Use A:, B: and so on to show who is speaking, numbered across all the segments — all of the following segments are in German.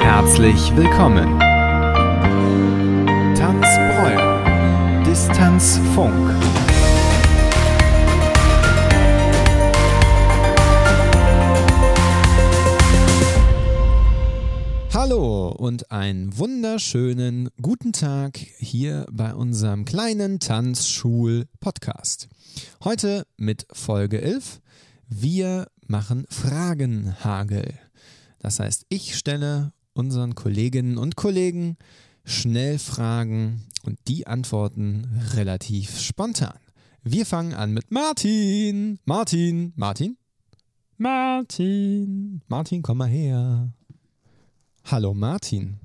A: Herzlich willkommen. Tanzbräu. Distanzfunk.
B: Hallo und einen wunderschönen guten Tag hier bei unserem kleinen Tanzschul-Podcast. Heute mit Folge 11. Wir machen Fragenhagel. Das heißt, ich stelle unseren Kolleginnen und Kollegen schnell Fragen und die antworten relativ spontan. Wir fangen an mit Martin. Martin, Martin, Martin, Martin, komm mal her. Hallo Martin,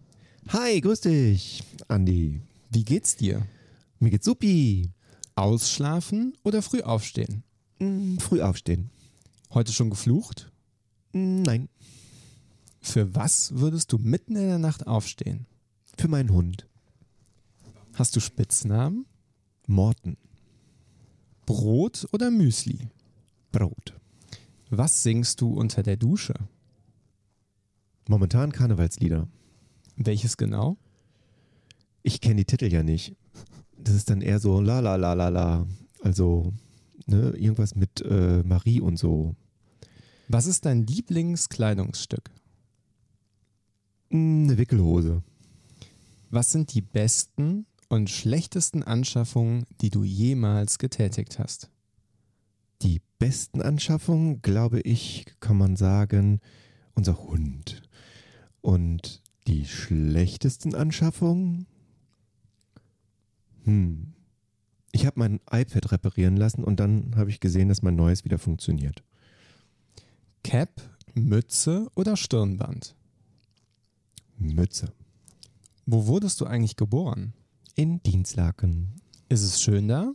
C: Hi, grüß dich, Andi.
B: wie geht's dir?
C: Mir geht's supi.
B: Ausschlafen oder früh aufstehen?
C: Hm, früh aufstehen.
B: Heute schon geflucht?
C: Hm, nein,
B: Für was würdest du mitten in der Nacht aufstehen?
C: für meinen Hund.
B: Hast du Spitznamen?
C: Morten.
B: Brot oder Müsli?
C: Brot.
B: Was singst du unter der Dusche?
C: Momentan Karnevalslieder.
B: Welches genau?
C: Ich kenne die Titel ja nicht. Das ist dann eher so la la la la la. Also, ne, irgendwas mit äh, Marie und so.
B: Was ist dein Lieblingskleidungsstück?
C: Hm, eine Wickelhose.
B: Was sind die besten und schlechtesten Anschaffungen, die du jemals getätigt hast?
C: Die besten Anschaffungen, glaube ich, kann man sagen, unser Hund. Und die schlechtesten Anschaffungen? Hm. Ich habe mein iPad reparieren lassen und dann habe ich gesehen, dass mein neues wieder funktioniert.
B: Cap, Mütze oder Stirnband?
C: Mütze.
B: Wo wurdest du eigentlich geboren?
C: In Dienstlaken.
B: Ist es schön da?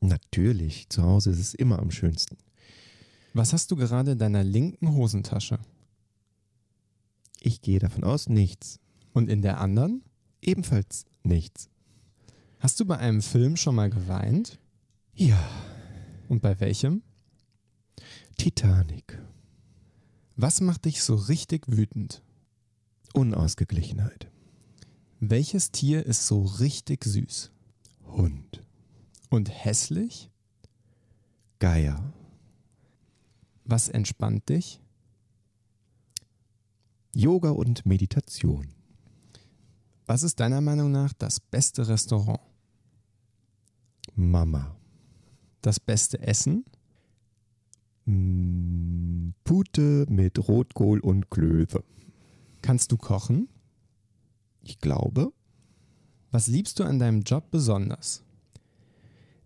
C: Natürlich, zu Hause ist es immer am schönsten.
B: Was hast du gerade in deiner linken Hosentasche?
C: Ich gehe davon aus, nichts.
B: Und in der anderen?
C: Ebenfalls nichts.
B: Hast du bei einem Film schon mal geweint?
C: Ja,
B: Und bei welchem?
C: Titanic.
B: Was macht dich so richtig wütend?
C: Unausgeglichenheit.
B: Welches Tier ist so richtig süß?
C: Hund.
B: Und hässlich?
C: Geier.
B: Was entspannt dich?
C: Yoga und Meditation.
B: Was ist deiner Meinung nach das beste Restaurant?
C: Mama.
B: Das beste Essen?
C: Mm, Pute mit Rotkohl und Klöße.
B: Kannst du kochen?
C: Ich glaube,
B: Was liebst du an deinem Job besonders?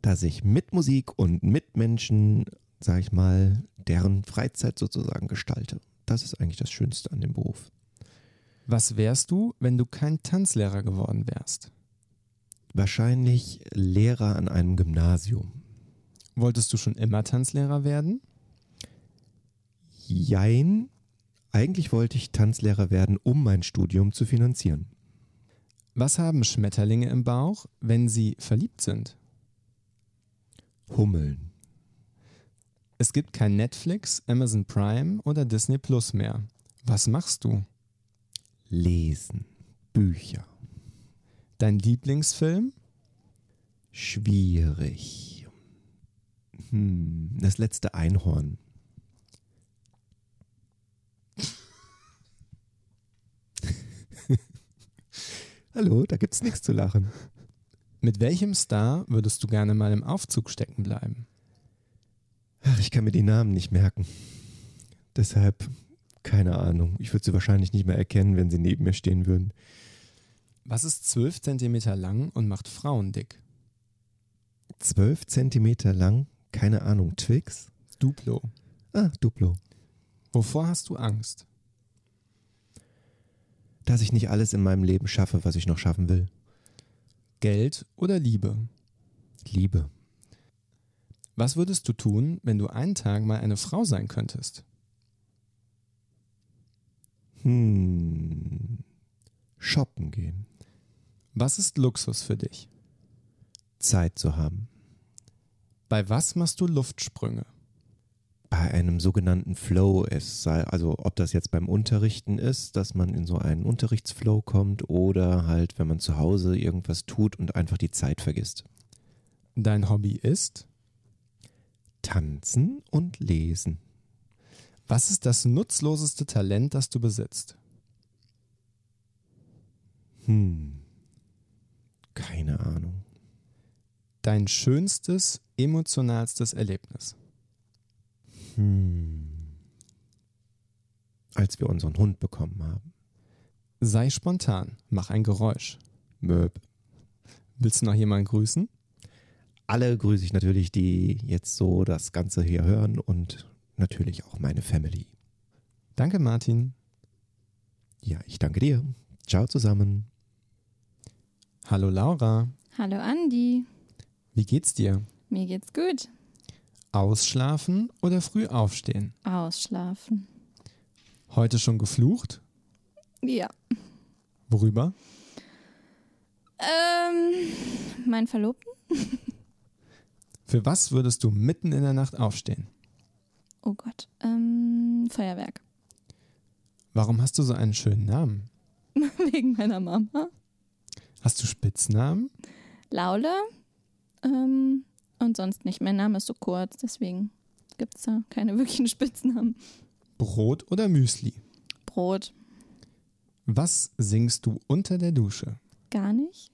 C: dass ich mit Musik und mit Menschen, sag ich mal, deren Freizeit sozusagen gestalte. Das ist eigentlich das Schönste an dem Beruf.
B: Was wärst du, wenn du kein Tanzlehrer geworden wärst?
C: Wahrscheinlich Lehrer an einem Gymnasium.
B: Wolltest du schon immer Tanzlehrer werden?
C: Jein, eigentlich wollte ich Tanzlehrer werden, um mein Studium zu finanzieren.
B: Was haben Schmetterlinge im Bauch, wenn sie verliebt sind?
C: Hummeln.
B: Es gibt kein Netflix, Amazon Prime oder Disney Plus mehr. Was machst du?
C: Lesen. Bücher.
B: Dein Lieblingsfilm?
C: Schwierig. Hm, das letzte Einhorn. Hallo, da gibt's nichts zu lachen.
B: Mit welchem Star würdest du gerne mal im Aufzug stecken bleiben?
C: Ach, ich kann mir die Namen nicht merken. Deshalb, keine Ahnung. Ich würde sie wahrscheinlich nicht mehr erkennen, wenn sie neben mir stehen würden.
B: Was ist 12 cm lang und macht Frauen dick?
C: Zwölf Zentimeter lang, keine Ahnung. Twix?
B: Duplo.
C: Ah, Duplo.
B: Wovor hast du Angst?
C: Dass ich nicht alles in meinem Leben schaffe, was ich noch schaffen will.
B: Geld oder Liebe?
C: Liebe.
B: Was würdest du tun, wenn du einen Tag mal eine Frau sein könntest?
C: Hm. Shoppen gehen.
B: Was ist Luxus für dich?
C: Zeit zu haben.
B: Bei was machst du Luftsprünge?
C: bei einem sogenannten Flow ist. Sei- Also ob das jetzt beim Unterrichten ist, dass man in so einen Unterrichtsflow kommt oder halt, wenn man zu Hause irgendwas tut und einfach die Zeit vergisst.
B: Dein Hobby ist?
C: Tanzen und lesen.
B: Was ist das nutzloseste Talent, das du besitzt?
C: Hm. Keine Ahnung.
B: Dein schönstes, emotionalstes Erlebnis?
C: Hm. Als wir unseren Hund bekommen haben.
B: Sei spontan, mach ein Geräusch.
C: Möb.
B: Willst du noch jemanden grüßen?
C: Alle grüße ich natürlich, die jetzt so das Ganze hier hören und natürlich auch meine Family.
B: Danke, Martin.
C: Ja, ich danke dir. Ciao zusammen.
B: Hallo, Laura.
D: Hallo Andi,
B: Wie geht's dir?
D: mir geht's gut.
B: Ausschlafen oder früh aufstehen?
D: Ausschlafen.
B: Heute schon geflucht?
D: Ja.
B: Worüber?
D: Ähm, mein Verlobten?
B: Für was würdest du mitten in der Nacht aufstehen?
D: Oh Gott. Ähm, Feuerwerk.
B: Warum hast du so einen schönen Namen?
D: Wegen meiner Mama.
B: Hast du Spitznamen?
D: Laula. Ähm, und sonst nicht. Mein Name ist so kurz, deswegen gibt's da keine wirklichen Spitznamen.
B: Brot oder Müsli?
D: Brot.
B: Was singst du unter der Dusche?
D: Gar nicht.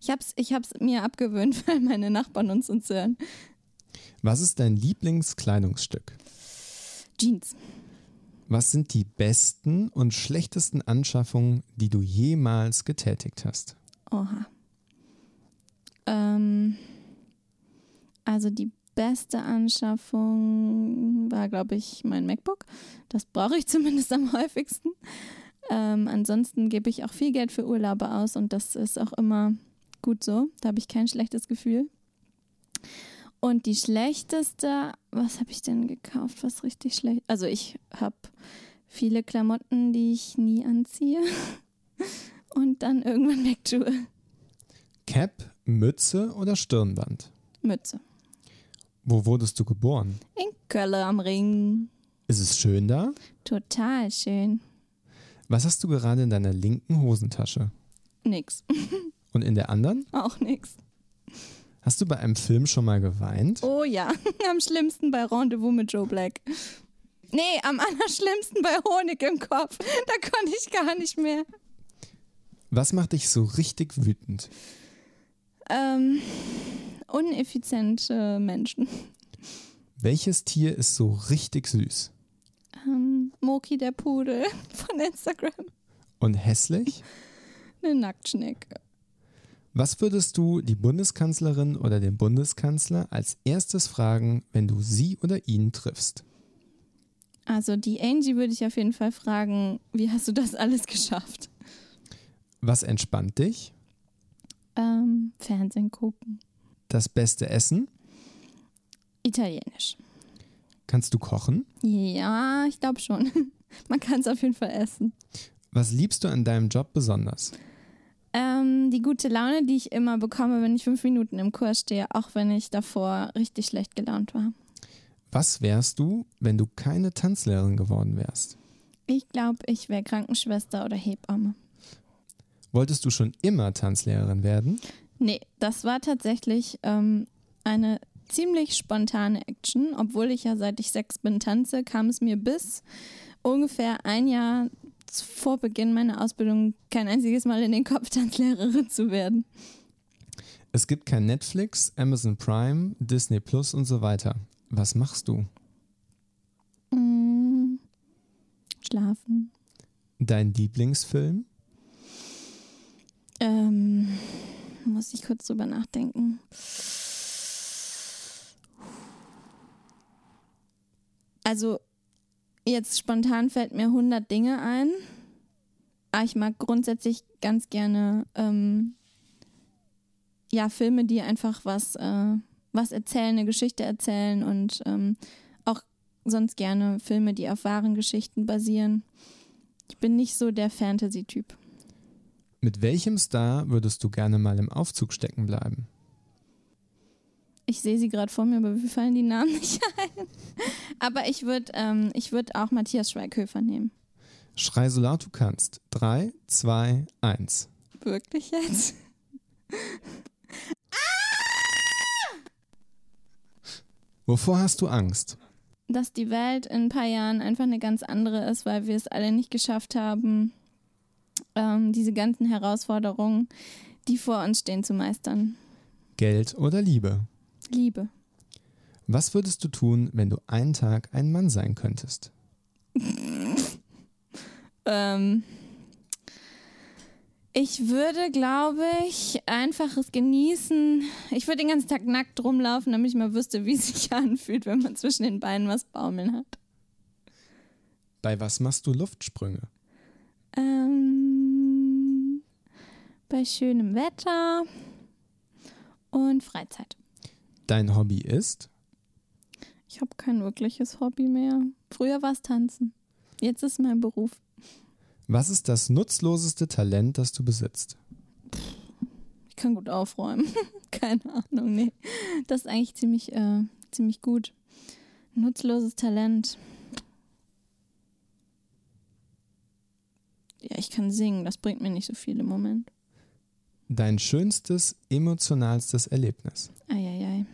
D: Ich hab's, ich hab's mir abgewöhnt, weil meine Nachbarn uns uns hören.
B: Was ist dein Lieblingskleidungsstück?
D: Jeans.
B: Was sind die besten und schlechtesten Anschaffungen, die du jemals getätigt hast?
D: Oha. Ähm, also die beste Anschaffung war, glaube ich, mein MacBook. Das brauche ich zumindest am häufigsten. Ähm, ansonsten gebe ich auch viel Geld für Urlaube aus und das ist auch immer gut so. Da habe ich kein schlechtes Gefühl. Und die schlechteste, was habe ich denn gekauft, was richtig schlecht? Also ich habe viele Klamotten, die ich nie anziehe und dann irgendwann wegtue.
B: Cap, Mütze oder Stirnband?
D: Mütze.
B: Wo wurdest du geboren?
D: In Kölle am Ring.
B: Ist es schön da?
D: Total schön.
B: Was hast du gerade in deiner linken Hosentasche?
D: Nix.
B: Und in der anderen?
D: Auch nix.
B: Hast du bei einem Film schon mal geweint?
D: Oh ja, am schlimmsten bei Rendezvous mit Joe Black. Nee, am allerschlimmsten bei Honig im Kopf. Da konnte ich gar nicht mehr.
B: Was macht dich so richtig wütend?
D: Ähm, uneffiziente Menschen.
B: Welches Tier ist so richtig süß?
D: Ähm, Moki der Pudel von Instagram.
B: Und hässlich?
D: Eine Nacktschnecke.
B: Was würdest du die Bundeskanzlerin oder den Bundeskanzler als erstes fragen, wenn du sie oder ihn triffst?
D: Also die Angie würde ich auf jeden Fall fragen, wie hast du das alles geschafft?
B: Was entspannt dich?
D: Ähm, Fernsehen gucken.
B: Das beste Essen?
D: Italienisch.
B: Kannst du kochen?
D: Ja, ich glaube schon. Man kann es auf jeden Fall essen.
B: Was liebst du an deinem Job besonders?
D: Ähm, die gute Laune, die ich immer bekomme, wenn ich fünf Minuten im Kurs stehe, auch wenn ich davor richtig schlecht gelaunt war.
B: Was wärst du, wenn du keine Tanzlehrerin geworden wärst?
D: Ich glaube, ich wäre Krankenschwester oder Hebamme.
B: Wolltest du schon immer Tanzlehrerin werden?
D: Nee, das war tatsächlich ähm, eine ziemlich spontane Action. Obwohl ich ja seit ich sechs bin tanze, kam es mir bis ungefähr ein Jahr z- vor Beginn meiner Ausbildung kein einziges Mal in den Kopf, Tanzlehrerin zu werden.
B: Es gibt kein Netflix, Amazon Prime, Disney Plus und so weiter. Was machst du?
D: Mm, schlafen.
B: Dein Lieblingsfilm?
D: Ähm, muss ich kurz drüber nachdenken. Also, jetzt spontan fällt mir 100 Dinge ein. Aber ich mag grundsätzlich ganz gerne ähm, ja, Filme, die einfach was, äh, was erzählen, eine Geschichte erzählen und ähm, auch sonst gerne Filme, die auf wahren Geschichten basieren. Ich bin nicht so der Fantasy-Typ.
B: Mit welchem Star würdest du gerne mal im Aufzug stecken bleiben?
D: ich sehe sie gerade vor mir, aber wir fallen die Namen nicht ein. Aber ich würde ähm, ich würd auch Matthias Schweighöfer nehmen.
B: Schrei so laut du kannst. Drei, zwei, eins.
D: Wirklich jetzt?
B: Wovor hast du Angst?
D: Dass die Welt in ein paar Jahren einfach eine ganz andere ist, weil wir es alle nicht geschafft haben, ähm, diese ganzen Herausforderungen, die vor uns stehen, zu meistern.
B: Geld oder Liebe?
D: Liebe.
B: Was würdest du tun, wenn du einen Tag ein Mann sein könntest?
D: Ähm, ich würde, glaube ich, einfaches genießen. Ich würde den ganzen Tag nackt rumlaufen, damit ich mal wüsste, wie es sich anfühlt, wenn man zwischen den Beinen was baumeln hat.
B: Bei was machst du Luftsprünge?
D: Ähm, bei schönem Wetter und Freizeit.
B: Dein Hobby ist?
D: Ich habe kein wirkliches Hobby mehr. Früher war es Tanzen. Jetzt ist mein Beruf.
B: Was ist das nutzloseste Talent, das du besitzt?
D: Ich kann gut aufräumen. Keine Ahnung, nee. Das ist eigentlich ziemlich, äh, ziemlich gut. Nutzloses Talent. Ja, ich kann singen, das bringt mir nicht so viel im Moment.
B: Dein schönstes, emotionalstes Erlebnis?
D: Eieiei.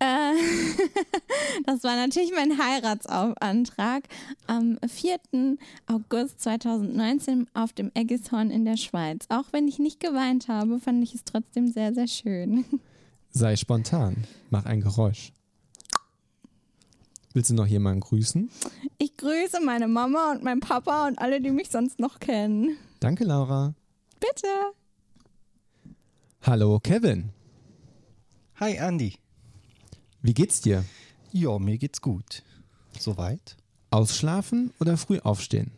D: Äh, das war natürlich mein Heiratsantrag am 4. August 2019 auf dem Eggishorn in der Schweiz. Auch wenn ich nicht geweint habe, fand ich es trotzdem sehr, sehr schön.
B: Sei spontan, mach ein Geräusch. Willst du noch jemanden grüßen?
D: Ich grüße meine Mama und meinen Papa und alle, die mich sonst noch kennen.
B: Danke, Laura.
D: Bitte.
B: Hallo, Kevin.
E: Hi Andy.
B: Wie geht's dir?
E: Ja, mir geht's gut. Soweit.
B: Ausschlafen oder früh aufstehen?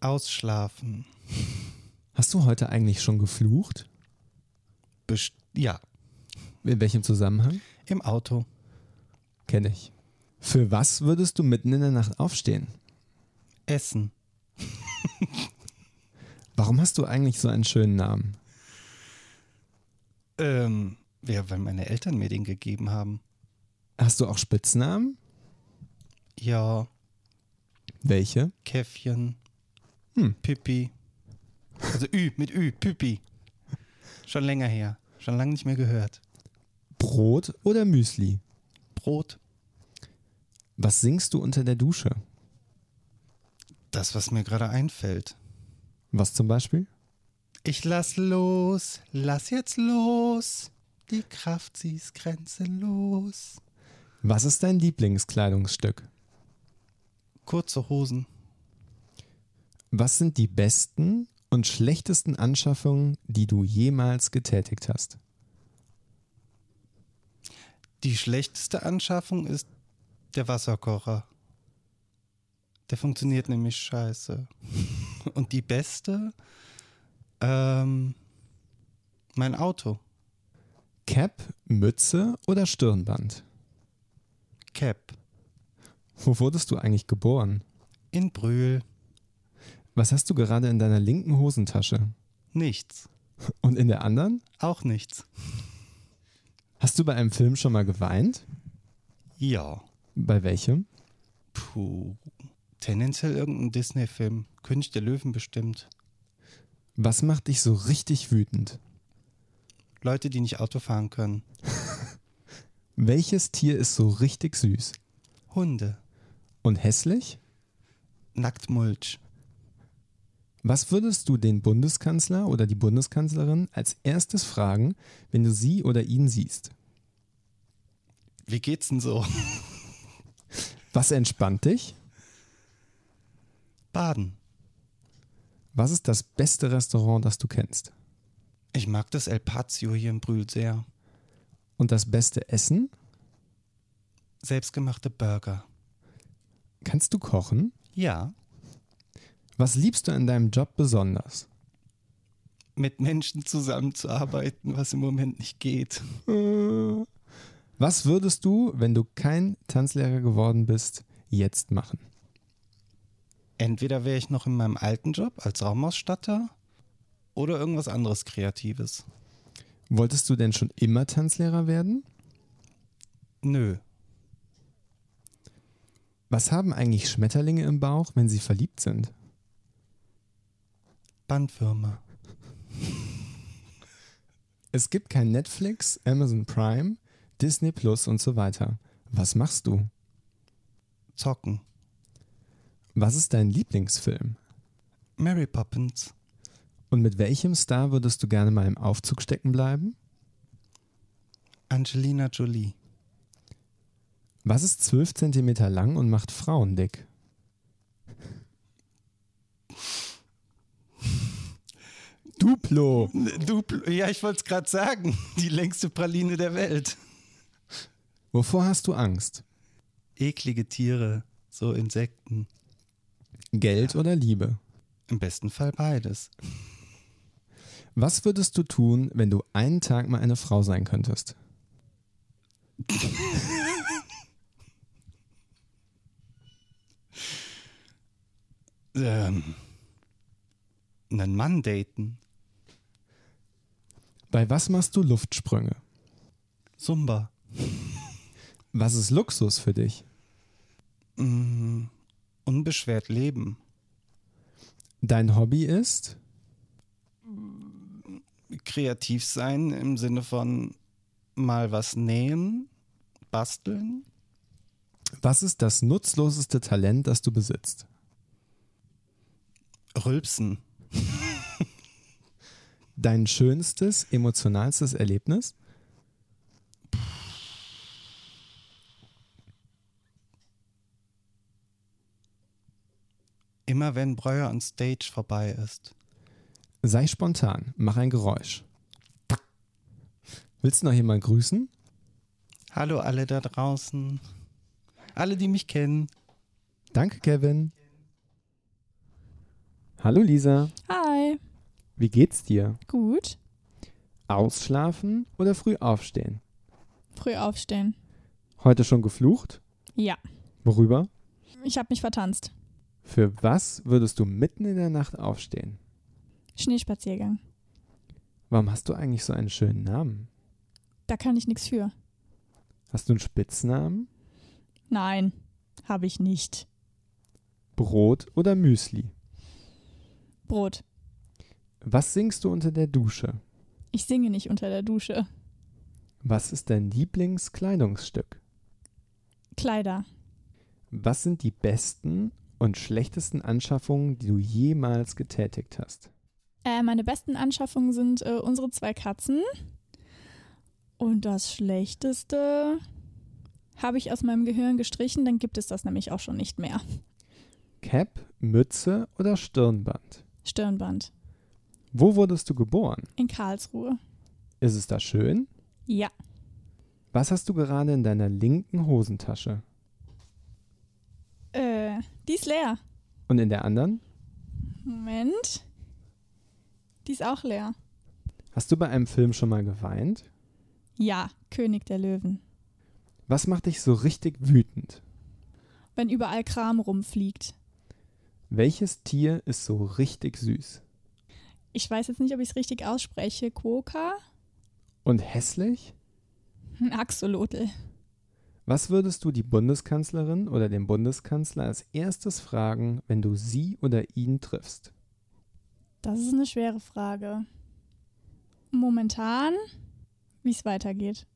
E: Ausschlafen.
B: Hast du heute eigentlich schon geflucht?
E: Best ja,
B: In welchem Zusammenhang?
E: im Auto.
B: Kenne ich. Für was würdest du mitten in der Nacht aufstehen?
E: Essen.
B: Warum hast du eigentlich so einen schönen Namen?
E: Ähm, ja, weil meine Eltern mir den gegeben haben.
B: Hast du auch Spitznamen?
E: Ja,
B: Welche?
E: Käffchen.
B: Hm.
E: Pippi. Also Ü, mit Ü, Pippi. Schon länger her. Schon lange nicht mehr gehört.
B: Brot oder Müsli?
E: Brot.
B: Was singst du unter der Dusche?
E: Das, was mir gerade einfällt.
B: Was zum Beispiel?
E: Ich lass los, lass jetzt los. Die Kraft, sie ist grenzenlos.
B: Was ist dein Lieblingskleidungsstück?
E: Kurze Hosen.
B: Was sind die besten und schlechtesten Anschaffungen, die du jemals getätigt hast?
E: Die schlechteste Anschaffung ist der Wasserkocher. Der funktioniert nämlich scheiße. Und die beste? Ähm, mein Auto.
B: Cap, Mütze oder Stirnband?
E: Cap.
B: Wo wurdest du eigentlich geboren?
E: In Brühl.
B: Was hast du gerade in deiner linken Hosentasche?
E: Nichts.
B: Und in der anderen?
E: Auch nichts.
B: Hast du bei einem Film schon mal geweint?
E: Ja.
B: Bei welchem?
E: Puh. Tendenziell irgendein Disney-Film. König der Löwen bestimmt.
B: Was macht dich so richtig wütend?
E: Leute, die nicht Auto fahren können.
B: Welches Tier ist so richtig süß?
E: Hunde.
B: Und hässlich?
E: Nacktmulch.
B: Was würdest du den Bundeskanzler oder die Bundeskanzlerin als erstes fragen, wenn du sie oder ihn siehst?
E: Wie geht's denn so?
B: Was entspannt dich?
E: Baden.
B: Was ist das beste Restaurant, das du kennst?
E: Ich mag das El Pazio hier in Brühl sehr.
B: Und das beste Essen?
E: Selbstgemachte Burger.
B: Kannst du kochen?
E: Ja,
B: Was liebst du an deinem Job besonders?
E: mit Menschen zusammenzuarbeiten, was im Moment nicht geht.
B: Was würdest du, wenn du kein Tanzlehrer geworden bist, jetzt machen?
E: Entweder wäre ich noch in meinem alten Job als Raumausstatter oder irgendwas anderes Kreatives.
B: Wolltest du denn schon immer Tanzlehrer werden?
E: Nö.
B: Was haben eigentlich Schmetterlinge im Bauch, wenn sie verliebt sind?
E: Bandfirma.
B: Es gibt kein Netflix, Amazon Prime, Disney Plus und so weiter. Was machst du?
E: Zocken.
B: Was ist dein Lieblingsfilm?
E: Mary Poppins.
B: Und mit welchem Star würdest du gerne mal im Aufzug stecken bleiben?
E: Angelina Jolie.
B: Was ist 12 cm lang und macht Frauen dick? Duplo.
E: Du, ja, ich wollte es gerade sagen. Die längste Praline der Welt.
B: Wovor hast du Angst?
E: Eklige Tiere, so Insekten.
B: Geld oder Liebe?
E: Im besten Fall beides.
B: Was würdest du tun, wenn du einen Tag mal eine Frau sein könntest?
E: Ähm, einen Mann daten.
B: Bei was machst du Luftsprünge?
E: Zumba.
B: Was ist Luxus für dich?
E: Mm, unbeschwert leben.
B: Dein Hobby ist?
E: Kreativ sein im Sinne von mal was nähen, basteln.
B: Was ist das nutzloseste Talent, das du besitzt?
E: Rülpsen.
B: Dein schönstes, emotionalstes Erlebnis?
E: Immer wenn Breuer on Stage vorbei ist.
B: Sei spontan, mach ein Geräusch. Willst du noch jemanden grüßen?
E: Hallo alle da draußen. Alle, die mich kennen.
B: Danke, Kevin. Hallo, Lisa.
F: Hi.
B: Wie geht's dir?
F: Gut.
B: Ausschlafen oder früh aufstehen?
F: Früh aufstehen.
B: Heute schon geflucht?
F: Ja.
B: Worüber?
F: Ich habe mich vertanzt.
B: Für was würdest du mitten in der Nacht aufstehen?
F: Schneespaziergang.
B: Warum hast du eigentlich so einen schönen Namen?
F: Da kann ich nichts für.
B: Hast du einen Spitznamen?
F: Nein, habe ich nicht.
B: Brot oder Müsli?
F: Brot.
B: Was singst du unter der Dusche?
F: Ich singe nicht unter der Dusche.
B: Was ist dein Lieblingskleidungsstück?
F: Kleider.
B: Was sind die besten und schlechtesten Anschaffungen, die du jemals getätigt hast?
F: Äh, meine besten Anschaffungen sind äh, unsere zwei Katzen. Und das Schlechteste habe ich aus meinem Gehirn gestrichen, dann gibt es das nämlich auch schon nicht mehr.
B: Cap, Mütze oder Stirnband?
F: Stirnband.
B: Wo wurdest du geboren?
F: In Karlsruhe.
B: Ist es da schön?
F: Ja.
B: Was hast du gerade in deiner linken Hosentasche?
F: Äh, die ist leer.
B: Und in der anderen?
F: Moment. Die ist auch leer.
B: Hast du bei einem Film schon mal geweint?
F: Ja, König der Löwen.
B: Was macht dich so richtig wütend?
F: Wenn überall Kram rumfliegt.
B: Welches Tier ist so richtig süß?
F: Ich weiß jetzt nicht, ob ich es richtig ausspreche. Quoka?
B: Und hässlich?
F: Ein Hm, Axolotl.
B: Was würdest du die Bundeskanzlerin oder den Bundeskanzler als erstes fragen, wenn du sie oder ihn triffst?
F: Das ist eine schwere Frage. Momentan, wie es weitergeht.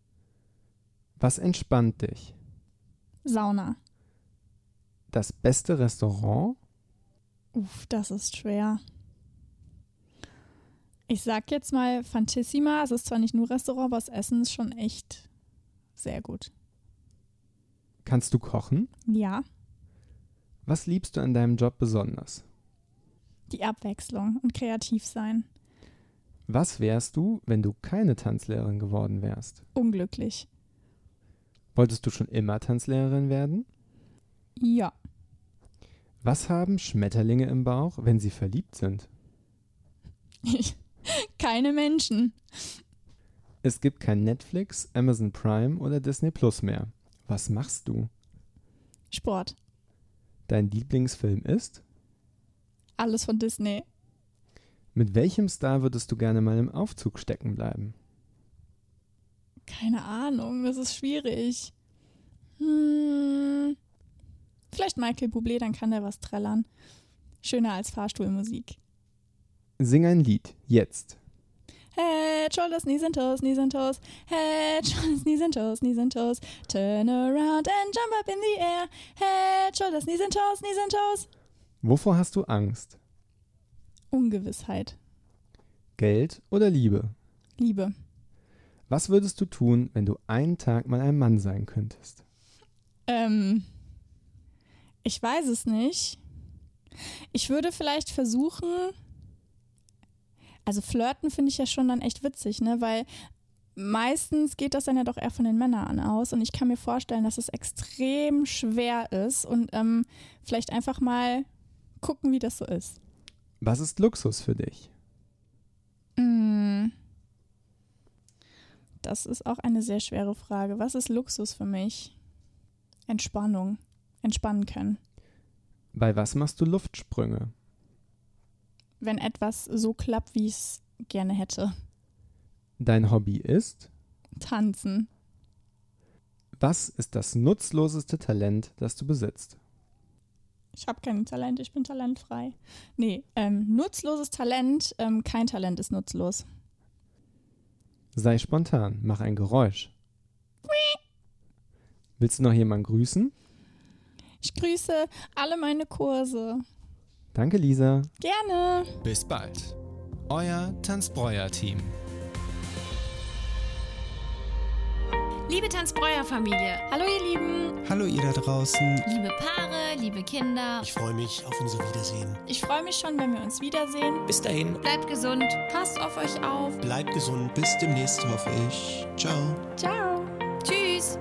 B: Was entspannt dich?
F: Sauna.
B: Das beste Restaurant?
F: Uff, das ist schwer. Ich sag jetzt mal Fantissima. Es ist zwar nicht nur Restaurant, aber das Essen ist schon echt sehr gut.
B: Kannst du kochen?
F: Ja,
B: Was liebst du an deinem Job besonders?
F: die Abwechslung und kreativ sein.
B: Was wärst du, wenn du keine Tanzlehrerin geworden wärst?
F: Unglücklich.
B: Wolltest du schon immer Tanzlehrerin werden?
F: Ja,
B: Was haben Schmetterlinge im Bauch, wenn sie verliebt sind?
F: keine Menschen.
B: Es gibt kein Netflix, Amazon Prime oder Disney Plus mehr. Was machst du?
F: Sport.
B: Dein Lieblingsfilm ist?
F: Alles von Disney.
B: Mit welchem Star würdest du gerne mal im Aufzug stecken bleiben?
F: Keine Ahnung, das ist schwierig. Hm. Vielleicht Michael Bublé, dann kann der was trällern. Schöner als Fahrstuhlmusik.
B: Sing ein Lied, jetzt.
F: Head, shoulders, knees and toes, knees and toes. Head, shoulders, knees and toes, knees and toes. Turn around and jump up in the air. Head, shoulders, knees and toes, knees and toes.
B: Wovor hast du Angst?
F: Ungewissheit.
B: Geld oder Liebe?
F: Liebe.
B: Was würdest du tun, wenn du einen Tag mal ein Mann sein könntest?
F: Ähm, ich weiß es nicht. Ich würde vielleicht versuchen, also flirten finde ich ja schon dann echt witzig, ne? Weil meistens geht das dann ja doch eher von den Männern aus und ich kann mir vorstellen, dass es extrem schwer ist und ähm, vielleicht einfach mal gucken, wie das so ist.
B: Was ist Luxus für dich?
F: Mm. Das ist auch eine sehr schwere Frage. Was ist Luxus für mich? Entspannung. Entspannen können.
B: Bei was machst du Luftsprünge?
F: Wenn etwas so klappt, wie ich es gerne hätte.
B: Dein Hobby ist?
F: Tanzen.
B: Was ist das nutzloseste Talent, das du besitzt?
F: Ich habe kein Talent, ich bin talentfrei. Nee, ähm, nutzloses Talent, ähm, kein Talent ist nutzlos.
B: Sei spontan, mach ein Geräusch. Willst du noch jemanden grüßen?
F: Ich grüße alle meine Kurse.
B: Danke, Lisa.
F: Gerne.
A: Bis bald. Euer Tanzbreuer-Team.
G: Liebe Tanzbreuer-Familie,
F: Hallo ihr Lieben.
E: Hallo ihr da draußen.
G: liebe Paare, liebe Kinder,
H: Ich freue mich auf unser Wiedersehen.
F: Ich freue mich schon, wenn wir uns wiedersehen.
H: Bis dahin,
G: bleibt gesund.
F: Passt auf euch auf.
H: bleibt gesund.
E: Bis demnächst hoffe ich. Ciao.
F: Ciao.
G: Tschüss.